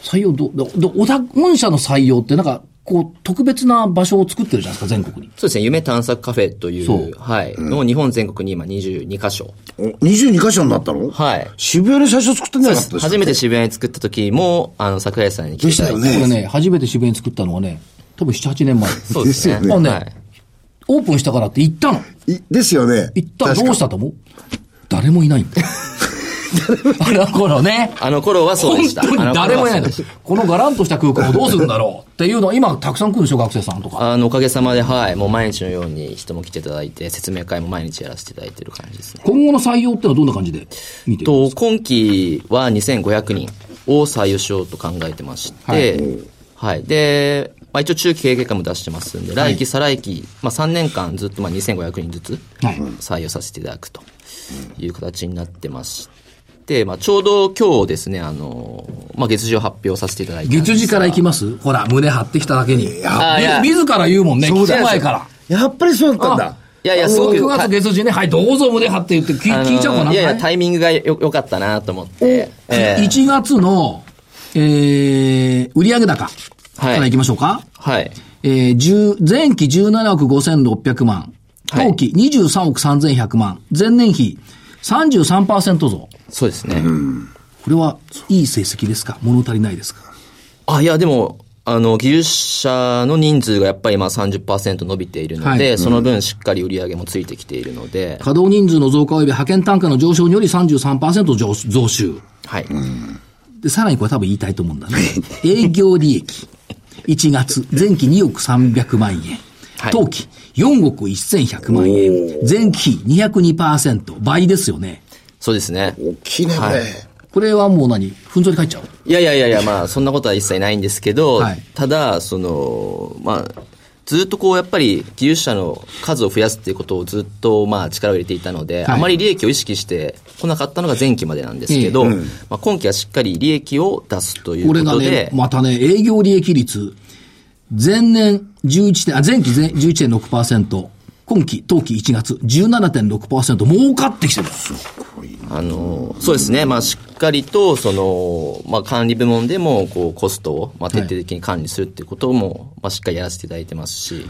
Speaker 1: 採用ど、ど、ど、小田、御社の採用ってなんか、こう、特別な場所を作ってるじゃないですか、全国に。
Speaker 4: そうですね、夢探索カフェという、
Speaker 1: そう
Speaker 4: はい、の日本全国に今22カ所。
Speaker 3: お22箇所になったの
Speaker 4: はい
Speaker 3: 渋谷で最初作ってなかったでしょ
Speaker 4: 初めて渋谷に作った時も、あの、桜井さんに来ていただいて。
Speaker 3: で
Speaker 1: こ
Speaker 3: し
Speaker 1: れね、初めて渋谷に作ったのはね、多分7、8年前。
Speaker 4: そうですね。
Speaker 3: です
Speaker 1: よね
Speaker 4: はい。
Speaker 1: オープンしたからって行ったの。
Speaker 3: いですよね。
Speaker 1: 行ったら
Speaker 3: 確
Speaker 1: ど
Speaker 3: か
Speaker 1: うしたと思う誰もいないんだよ。あの頃ね。
Speaker 4: あの頃はそうで
Speaker 1: 本
Speaker 4: した。
Speaker 1: 当に誰もいない
Speaker 4: あ
Speaker 1: んだ
Speaker 4: の頃はそうで
Speaker 1: よ
Speaker 4: した。
Speaker 1: このガランとした空間をどうするんだろうっていうのを今たくさん来るでしょ、学生さんとか。
Speaker 4: あの、おかげさまで、はい、もう毎日のように人も来ていただいて、説明会も毎日やらせていただいてる感じですね。
Speaker 1: 今後の採用ってのはどんな感じで見てる
Speaker 4: と、今期は2500人を採用しようと考えてまして、はい。で、まあ、一応中期経営結果も出してますんで、来期、再来期、まあ、3年間ずっと、まあ、2500人ずつ
Speaker 1: はい
Speaker 4: 採用させていただくという形になってまして、まあ、ちょうど今日ですね、あの、まあ、月次を発表させていただいて。
Speaker 1: 月次から行きますほら、胸張ってきただけに。
Speaker 4: あいや
Speaker 1: み自ら言うもんね、
Speaker 3: そう
Speaker 1: 来
Speaker 3: だ
Speaker 1: て
Speaker 3: よ
Speaker 1: 前から。
Speaker 3: やっぱりそうだったんだ。
Speaker 4: いやいや、すごく。
Speaker 1: 9月月次ね、はい、どうぞ胸張って言って聞
Speaker 4: あの
Speaker 1: 聞いちゃおうかな。
Speaker 4: いやいや、
Speaker 1: はい
Speaker 4: タイミングがよ良かったなと思って。ええ
Speaker 1: 1月の、えー、売上高から行きましょうか。
Speaker 4: はい。
Speaker 1: えー、10前期17億5600万。
Speaker 4: はい
Speaker 1: 当期23億3100万。前年比33%増。
Speaker 4: そうですね。
Speaker 1: これはいい成績ですか物足りないですか
Speaker 4: あ、いや、でも、あの、技術者の人数がやっぱり今30%伸びているので、
Speaker 1: はい
Speaker 4: その分しっかり売り上げもついてきているので、
Speaker 1: 稼働人数の増加及び派遣単価の上昇により33%増増収。
Speaker 4: はい。
Speaker 1: で、さらにこれ多分言いたいと思うんだね。営業利益。1月、前期2億300万円。
Speaker 4: はい
Speaker 1: 当期4億1100万円。前期202%。倍ですよね。
Speaker 4: そうですね。
Speaker 3: 大きいね、これ。
Speaker 4: はい
Speaker 1: これはもう何ふんぞり返っちゃう
Speaker 4: いやいやいやいや、まあ、そんなことは一切ないんですけど、
Speaker 1: はい
Speaker 4: ただ、その、まあ、ずっとこう、やっぱり、技術者の数を増やすっていうことをずっと、まあ、力を入れていたので、
Speaker 1: はい
Speaker 4: あまり利益を意識してこなかったのが前期までなんですけど、まあ、今期はしっかり利益を出すという
Speaker 1: こ
Speaker 4: こ
Speaker 1: れが
Speaker 4: と
Speaker 1: ね
Speaker 4: で、、
Speaker 1: またね、営業利益率、前年11点、あ、前期前11.6%、今期、当期1月17.6%、儲かってきてる。
Speaker 4: あの、そうですね、まあ、しっかりと、その、まあ、管理部門でも、こう、コストを、まあ、徹底的に管理するっていうことも、まあ、しっかりやらせていただいてますし、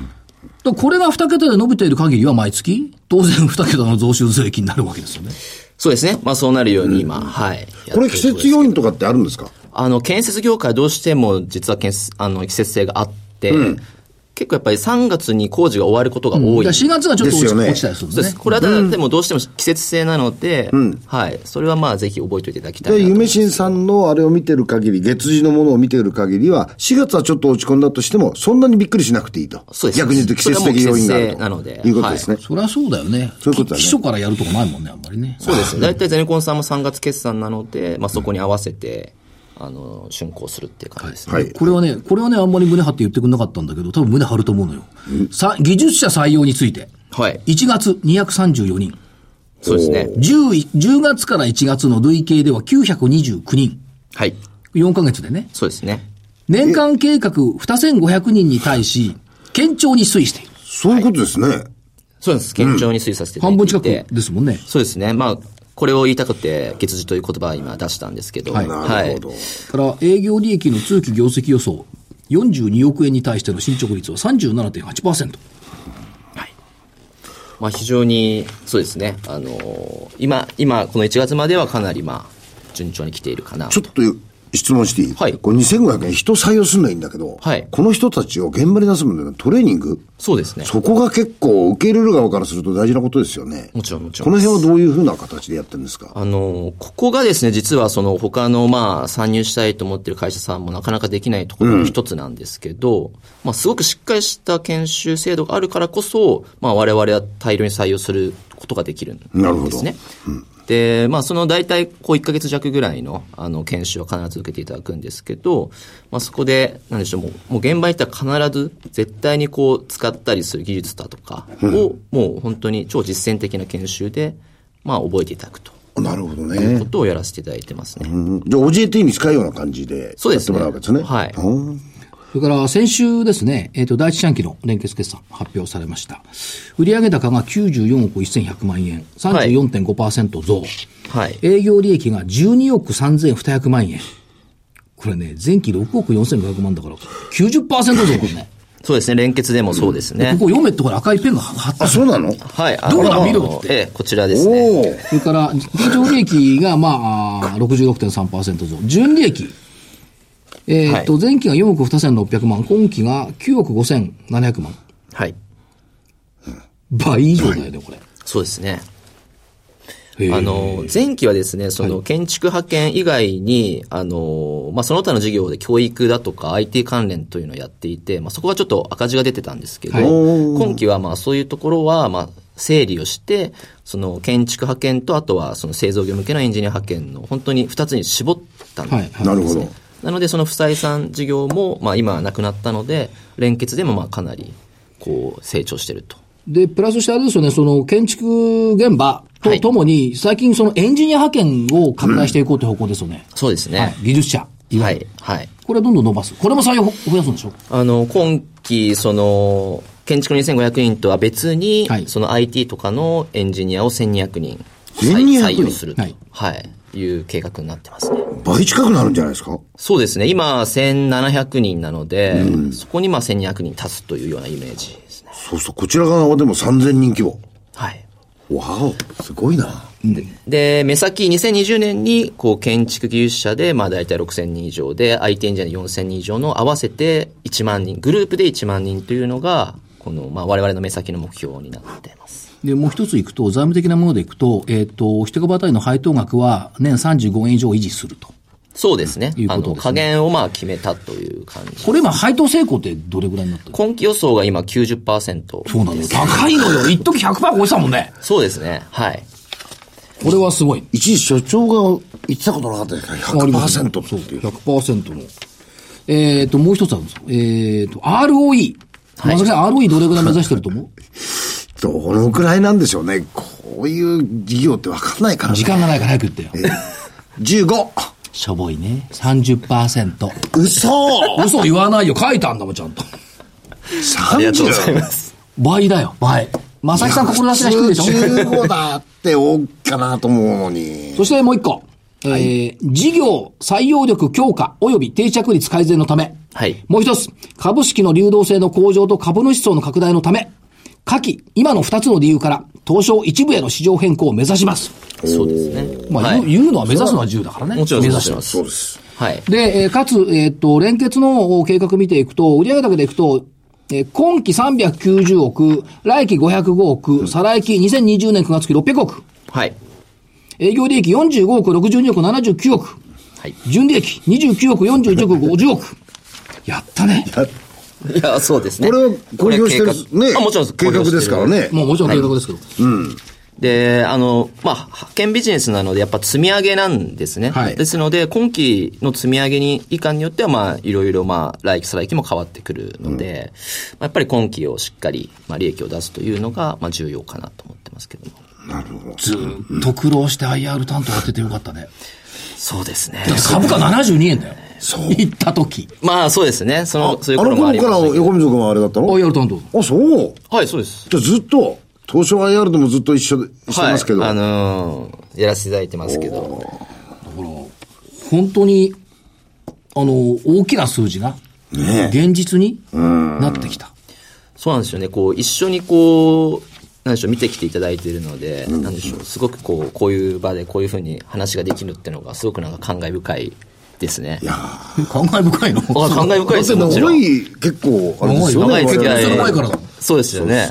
Speaker 1: とこれが2桁で伸びている限りは毎月、当然2桁の増収税益になるわけですよね。
Speaker 4: そうですね、まあ、そうなるように今、はい。
Speaker 3: これ季節要因とかってあるんですか
Speaker 4: あの、建設業界どうしても実は建設、あの、季節性があって、結構やっぱり3月に工事が終わることが多い。
Speaker 1: 4
Speaker 4: そう
Speaker 1: 月はちょっと落
Speaker 3: です
Speaker 1: ち,、
Speaker 3: よね
Speaker 1: 落ちたりするん
Speaker 4: で
Speaker 1: です
Speaker 4: す。
Speaker 1: ね。
Speaker 4: これはただ、でもどうしても季節性なので、はい。それはまあぜひ覚えておいていただきたいな
Speaker 3: で、
Speaker 4: と
Speaker 3: 夢新さんのあれを見てる限り、月次のものを見てる限りは、4月はちょっと落ち込んだとしても、そんなにびっくりしなくていいと。
Speaker 4: そうです
Speaker 3: 逆に言うと季節的要因があると。
Speaker 4: それはもう季節性なので
Speaker 3: いうことですね。
Speaker 1: そりゃそうだよね。
Speaker 3: そういうことだね
Speaker 1: き基礎からやるとこないもんね、あんまりね。
Speaker 4: そうですね。大体ゼネコンさんも3月決算なので、まあそこに合わせて、あの、竣工するっていう感じですね。
Speaker 3: はい。
Speaker 1: これはね、これはね、あんまり胸張って言ってくれなかったんだけど、多分胸張ると思うのよ。さ技術者採用について、
Speaker 4: はい。
Speaker 1: 1月234人。
Speaker 4: そうですね。
Speaker 1: 10い、10月から1月の累計では929人。
Speaker 4: はい。
Speaker 1: 4ヶ月でね。
Speaker 4: そうですね。
Speaker 1: 年間計画2500人に対し、堅調に推移している。
Speaker 3: そういうことですね。
Speaker 4: そうです。堅調に推移させていただ
Speaker 1: 半
Speaker 4: いて
Speaker 1: 分
Speaker 4: いて、
Speaker 1: 近くですもんね。
Speaker 4: そうですね。まあ、これを言いたくて、月次という言葉を今出したんですけど。
Speaker 1: はい
Speaker 3: なるほど。
Speaker 1: から、営業利益の通期業績予想、42億円に対しての進捗率は37.8%。
Speaker 4: まあ、非常に、そうですね。あのー今、今、この1月まではかなり、まあ、順調に来ているかな。
Speaker 3: ちょっと質問していい
Speaker 4: はい
Speaker 3: これ2500円人採用すんのはいいんだけど、
Speaker 4: はい
Speaker 3: この人たちを現場に出すまでのトレーニング、
Speaker 4: そうですね。
Speaker 3: そこが結構受け入れる側からすると大事なことですよね。
Speaker 4: もちろん、もちろん。
Speaker 3: この辺はどういうふうな形でやってるんですか
Speaker 4: あの、ここがですね、実はその他のまあ参入したいと思ってる会社さんもなかなかできないところの一つなんですけど、まあすごくしっかりした研修制度があるからこそ、まあ我々は大量に採用することができるんですね。
Speaker 3: なるほど
Speaker 4: で、まあその大体こう1ヶ月弱ぐらいのあの研修は必ず受けていただくんですけど、まあそこで、なんでしょう、もうもう現場に行ったら必ず絶対にこう使ったりする技術だとかを、もう本当に超実践的な研修で、まあ覚えていただくと。
Speaker 3: なるほど
Speaker 4: という
Speaker 3: ね
Speaker 4: こ。とをやらせていただいてますね。
Speaker 3: うんじゃあ OJT に近いような感じで
Speaker 4: そう
Speaker 3: や
Speaker 4: で
Speaker 3: って
Speaker 4: す
Speaker 3: も
Speaker 4: ね。
Speaker 3: らうわけですね。
Speaker 4: はい。
Speaker 3: うん
Speaker 1: それから先週ですね、えっ、と、第一四半期の連結決算発表されました。売上高が94億1100万円、34.5%増、
Speaker 4: はい。
Speaker 1: 営業利益が12億3200万円。これね、前期6億4500万だから、90%増だもんね。
Speaker 4: そう ですね。連結でもそうです
Speaker 1: こ
Speaker 4: ね。
Speaker 1: こ読めってほら赤いペンが貼ってあ
Speaker 3: あ、
Speaker 1: る
Speaker 3: そうなの
Speaker 4: はい。あ
Speaker 1: どうだ
Speaker 4: の
Speaker 1: 見ろって
Speaker 4: ええ、こちらです
Speaker 3: おお
Speaker 4: ね。
Speaker 3: ー。
Speaker 1: それから、経常利益が、まあ、66.3%増。純利益。えーっと、前期が4億2600万、今期が9億5700万。
Speaker 4: はい。
Speaker 1: 倍以上だよね、これ。
Speaker 4: そうですね。
Speaker 1: へー
Speaker 4: あの、前期はですね、その建築派遣以外に、あの、まあ、その他の事業で教育だとか IT 関連というのをやっていて、まあ、そこがちょっと赤字が出てたんですけど、
Speaker 1: はい
Speaker 4: 今期はまあ、そういうところは、まあ、整理をして、その建築派遣と、あとはその製造業向けのエンジニア派遣の、本当に二つに絞ったんですね。
Speaker 1: はい
Speaker 3: なるほど。
Speaker 4: なので、その不採算事業も、まあ、今はなくなったので、連結でもまあ、かなり、こう、成長してると。
Speaker 1: で、プラスしてあれですよね、その、建築現場と
Speaker 4: はい
Speaker 1: ともに、最近そのエンジニア派遣を拡大していこうという方向ですよね。
Speaker 4: そうですね。
Speaker 1: はい。技術者。
Speaker 4: はい。はい。
Speaker 1: これはどんどん伸ばす。これも採用を増やすんでしょ
Speaker 4: あの、今期、その、建築の2500人とは別に、
Speaker 1: はい
Speaker 4: その IT とかのエンジニアを1200人
Speaker 3: 1200人
Speaker 4: 採用すると、
Speaker 1: は
Speaker 4: はいい、いう計画になってますね。
Speaker 3: 倍近くなるんじゃないですか
Speaker 4: そうですね。今、1700人なので、そこにまあ1200人足すというようなイメージですね。
Speaker 3: そうそう、こちら側はでも3000人規模。
Speaker 4: はい。
Speaker 3: わお、すごいな。
Speaker 4: で、目先2020年に、こう、建築技術者で、まあ大体6000人以上で、IT エンジニア4000人以上の合わせて1万人、グループで1万人というのが、この、まあ我々の目先の目標になっています。
Speaker 1: で、もう一ついくと、財務的なものでいくと、えっ、と、一株当たりの配当額は年35円以上維持すると。
Speaker 4: そうですね。
Speaker 1: いうこ
Speaker 4: あ
Speaker 1: とです
Speaker 4: の、
Speaker 1: ね
Speaker 4: 加減をまあ決めたという感じ。
Speaker 1: これ今、配当成功ってどれぐらいになってる
Speaker 4: 今期予想が今90%。
Speaker 1: そうなんです。高いのよ。一時100%超えてたもんね。
Speaker 4: そうですね。はい。
Speaker 1: これはすごい。
Speaker 3: 一時所長が言ってたことなかったですから、100%っていう。
Speaker 1: 100%の。えっ、と、もう一つあるんですよ。えっ、と、ROE。
Speaker 4: はい
Speaker 1: 松崎さん、ROE どれぐらい目指してると 思う
Speaker 3: どのくらいなんでしょうね。こういう事業ってわかんないからね。
Speaker 1: 時間がないから早く言ってよ。
Speaker 3: 15!
Speaker 1: しょぼいね。30%。
Speaker 3: 嘘
Speaker 1: 嘘言わないよ。書いたんだもん、ちゃんと。
Speaker 3: !30! あ
Speaker 4: ありがとうございます。
Speaker 1: 倍だよ、倍。正木さん、志が低いでしょ
Speaker 3: 15だって多いかなと思うのに。
Speaker 1: そしてもう一個。えー事業採用力強化及び定着率改善のため。
Speaker 4: はい
Speaker 1: もう一つ、株式の流動性の向上と株主層の拡大のため。下記、今の二つの理由から、東証一部への市場変更を目指します。
Speaker 4: そうですね。
Speaker 1: まあ、
Speaker 4: はい
Speaker 1: 言う言うのは目指すのは自由だからね。
Speaker 4: もちろん
Speaker 1: 目
Speaker 4: 目
Speaker 1: 指し
Speaker 4: 指
Speaker 1: て
Speaker 4: し
Speaker 1: ま。
Speaker 4: ますす。
Speaker 3: そうです。
Speaker 4: はい。
Speaker 1: で、えーかつ、えーっと、連結の計画見ていくと、売上だけでいくと、えー今期390億、来期505億、再来期2020年9月期600億。
Speaker 4: はい。
Speaker 1: 営業利益45億、62億、79億。
Speaker 4: はい。
Speaker 1: 純利益29億、41億、50億。やったね。
Speaker 4: いや、そうですね。
Speaker 3: これを公表してる
Speaker 4: これ計画
Speaker 3: ね
Speaker 4: あもちろんす
Speaker 3: 計画ですからね
Speaker 1: もうもちろん計画ですけど。
Speaker 4: で、あの、まあ、派遣ビジネスなので、やっぱ積み上げなんですね。
Speaker 1: はい
Speaker 4: ですので、今期の積み上げに、以下によっては、まあ、いろいろ、まあ、来期、再来期も変わってくるので、まあやっぱり今期をしっかり、まあ、利益を出すというのが、まあ、重要かなと思ってますけども。
Speaker 3: なるほど。
Speaker 1: ずーっと苦労して IR 担当やっててよかったね。
Speaker 4: そうで すね。
Speaker 1: 株価72円だよ。
Speaker 3: そう
Speaker 1: 行った時。
Speaker 4: まあ、そうですね。そ
Speaker 3: あ
Speaker 4: の、そういう
Speaker 3: あ
Speaker 4: 頃
Speaker 3: の
Speaker 4: もあ
Speaker 3: 頃
Speaker 4: り
Speaker 3: か
Speaker 4: ま
Speaker 3: ら
Speaker 4: す、ね。
Speaker 3: 横溝君はあれだったの
Speaker 1: IR 担当。
Speaker 3: あ、そう。
Speaker 4: はい、そうです。
Speaker 3: じゃあずっと、東証 IR でもずっと一緒でして
Speaker 4: はい。
Speaker 3: ますけど。
Speaker 4: あのーやらせていただいてますけど。
Speaker 1: 本当に、あの、大きな数字が、
Speaker 3: ねえ
Speaker 1: 現実になってきた。
Speaker 4: そうなんですよね。こう、一緒にこう、なんでしょう、見てきていただいているので、なんでしょう、すごくこう、こういう場でこういうふうに話ができるっていうのが、すごくなんか感慨深いですね。
Speaker 1: 感慨深いの。
Speaker 4: あ感慨深いですよ、
Speaker 3: だ
Speaker 4: も
Speaker 3: って
Speaker 4: ちろ
Speaker 3: 長い
Speaker 4: ん。
Speaker 3: 結構、あれですよ
Speaker 1: 長い
Speaker 3: ね。
Speaker 4: 長い付き合
Speaker 1: 結婚
Speaker 4: い
Speaker 1: する前からだもん
Speaker 4: そうですよね。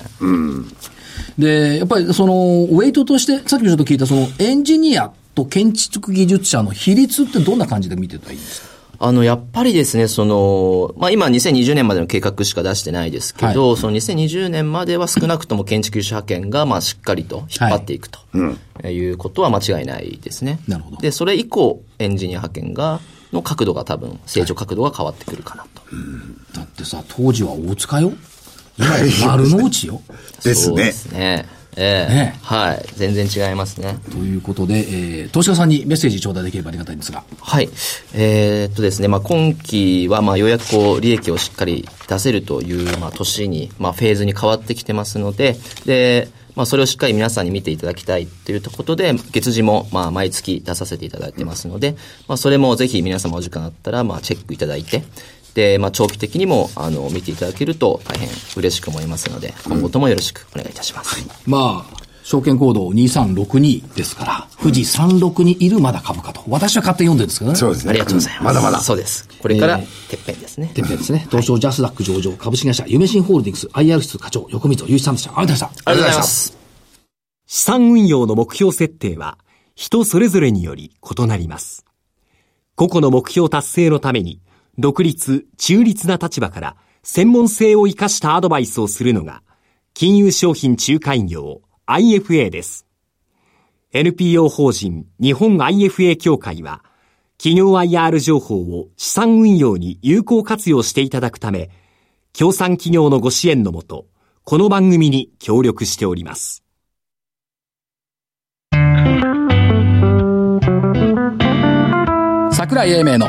Speaker 1: で、やっぱりその、ウェイトとして、さっきもちょっと聞いた、その、エンジニアと建築技術者の比率ってどんな感じで見てたらいいんですか
Speaker 4: あの、やっぱりですね、その、まあ、今2020年までの計画しか出してないですけど、その2020年までは少なくとも建築技術派遣が、まあ、しっかりと引っ張っていくと、い、うことは間違いないですね。
Speaker 1: なるほど
Speaker 4: で、それ以降、エンジニア派遣が、の角度が多分、成長角度が変わってくるかなと。
Speaker 1: だってさ、当時は大塚よ。今や丸の内よ。
Speaker 3: です
Speaker 4: そうで
Speaker 3: ね。
Speaker 4: すね。ええ
Speaker 1: ね
Speaker 4: はい。全然違いますね。
Speaker 1: ということで、えー、投資家さんにメッセージ頂戴できればありがたいんですが。
Speaker 4: はい。えーっとですね、まあ、今期は、まあ、ようやくこう、利益をしっかり出せるという、まあ、年に、まあ、フェーズに変わってきてますので、で、まあ、それをしっかり皆さんに見ていただきたいということで、月次も、まあ、毎月出させていただいてますので、まあ、それもぜひ皆様お時間あったら、まあ、チェックいただいて、で、まあ、長期的にも、あの、見ていただけると大変嬉しく思いますので、今後ともよろしくお願いいたします。
Speaker 1: まあ、証券コード2362ですから、富士36にいるまだ株価と。私は勝手に読んでるんですけどね。
Speaker 3: そうですね。
Speaker 4: ありがとうございます。
Speaker 3: まだまだ。
Speaker 4: そうです。これから、
Speaker 1: え
Speaker 4: てっぺんですね。
Speaker 1: てっぺんですね。東証ジャスダック上場、株式会社、夢新ホールディングス、IR 室課長、横溝祐一さんでした。ありがとうございました。
Speaker 4: ありがとうございます。
Speaker 5: 資産運用の目標設定は人それぞれにより異なります。個々の目標達成のために独立、中立な立場から専門性を生かしたアドバイスをするのが金融商品仲介業 IFA です。NPO 法人日本 IFA 協会は企業 IR 情報を資産運用に有効活用していただくため、協賛企業のご支援のもと、この番組に協力しております。
Speaker 1: 桜井英明の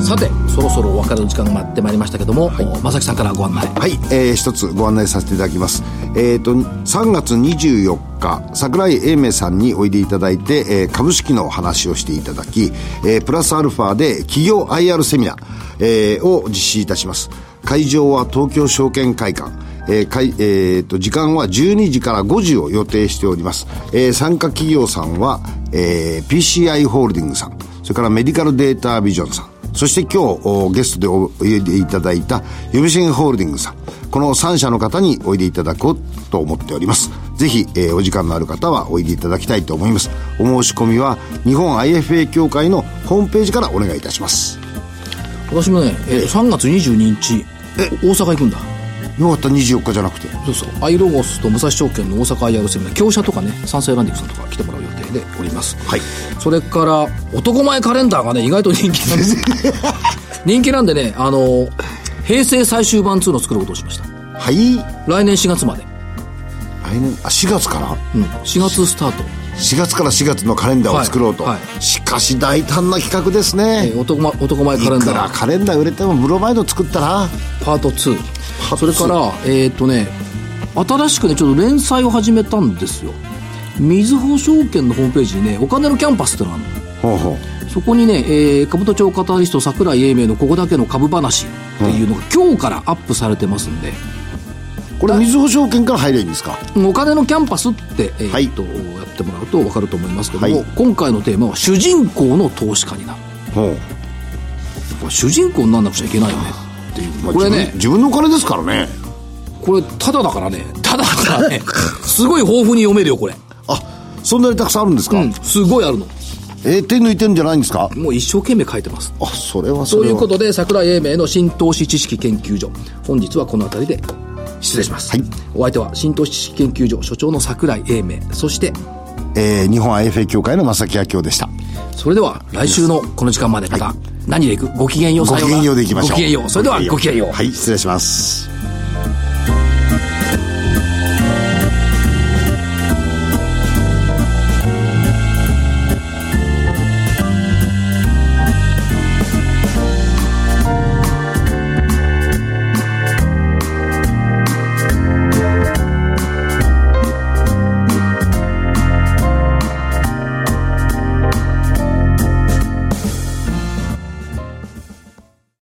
Speaker 1: さてそろそろお別れの時間が待ってまいりましたけども、お正木さんからご案内
Speaker 3: はい、えー一つご案内させていただきます。えっ、と、3月24日、桜井英明さんにおいでいただいて、えー株式のお話をしていただき、えープラスアルファで企業 IR セミナー、えーを実施いたします。会場は東京証券会館。えー会えーと時間は12時から5時を予定しております、えー参加企業さんは、えー PCI ホールディングさんそれからメディカルデータビジョンさんそして今日おゲストでおいでいただいたユミシンホールディングスさんこの3社の方においでいただこうと思っておりますぜひ、えーお時間のある方はおいでいただきたいと思いますお申し込みは日本 IFA 協会のホームページからお願いいたします
Speaker 1: 私もね、え3月22日お大阪行くんだ
Speaker 3: よかった24日じゃなくて
Speaker 1: そうそうアイロゴスと武蔵証券の大阪 IR セミナー強者とかねサンセイランディックさんとか来てもらう予定でおります
Speaker 3: はい
Speaker 1: それから男前カレンダーがね意外と人気なん です人気なんでねあの平成最終版2の作ることをしました
Speaker 3: はい
Speaker 1: 来年4月まで、
Speaker 3: 来年あ4月から
Speaker 1: うん、4月スタート
Speaker 3: 4月から4月のカレンダーを作ろうと、
Speaker 1: はいは
Speaker 3: しかし大胆な企画ですね
Speaker 1: え、ー男ま男前カレン
Speaker 3: いく
Speaker 1: ダ
Speaker 3: ら
Speaker 1: ー
Speaker 3: カレンダー売れてもブロマイド作ったら
Speaker 1: パート2
Speaker 3: パート2
Speaker 1: それからえっ、とね新しくねちょっと連載を始めたんですよみずほ証券のホームページにね「お金のキャンパス」ってのがあるの
Speaker 3: ほうほう
Speaker 1: そこにね、えー、株と超カタリスト桜井英明の「ここだけの株話」っていうのが今日からアップされてますんで
Speaker 3: これみずほ証券から入れるんですか
Speaker 1: 「お金のキャンパス」って、えー
Speaker 3: はい
Speaker 1: とやってもらうと分かると思いますけども、
Speaker 3: はい
Speaker 1: 今回のテーマは「主人公の投資家になる
Speaker 3: ほう」
Speaker 1: これ主人公にならなくちゃいけないよねっていう、
Speaker 3: まあ
Speaker 1: これね
Speaker 3: 自分自分のお金ですからね
Speaker 1: これただだからねただだから ねすごい豊富に読めるよこれ
Speaker 3: あそんなにたくさんあるんですか、
Speaker 1: うんすごいあるの
Speaker 3: えー手抜いてんじゃないんですか
Speaker 1: もう一生懸命書いてます
Speaker 3: あそれはそ
Speaker 1: とい
Speaker 3: れ
Speaker 1: う
Speaker 3: は
Speaker 1: ことで桜井英明の新投資知識研究所本日はこの辺りで失礼します、
Speaker 3: はい
Speaker 1: お相手は新投資知識研究所所長の桜井英明そして
Speaker 3: えー日本 IFA 協会の正木明夫でした
Speaker 1: それでは来週のこの時間までまた何でいくごきげんよう
Speaker 3: ご
Speaker 1: さよ
Speaker 3: き
Speaker 1: うなら
Speaker 3: げんようでいきましょう
Speaker 1: ごきげんようそれではごきげんよう
Speaker 3: はい失礼します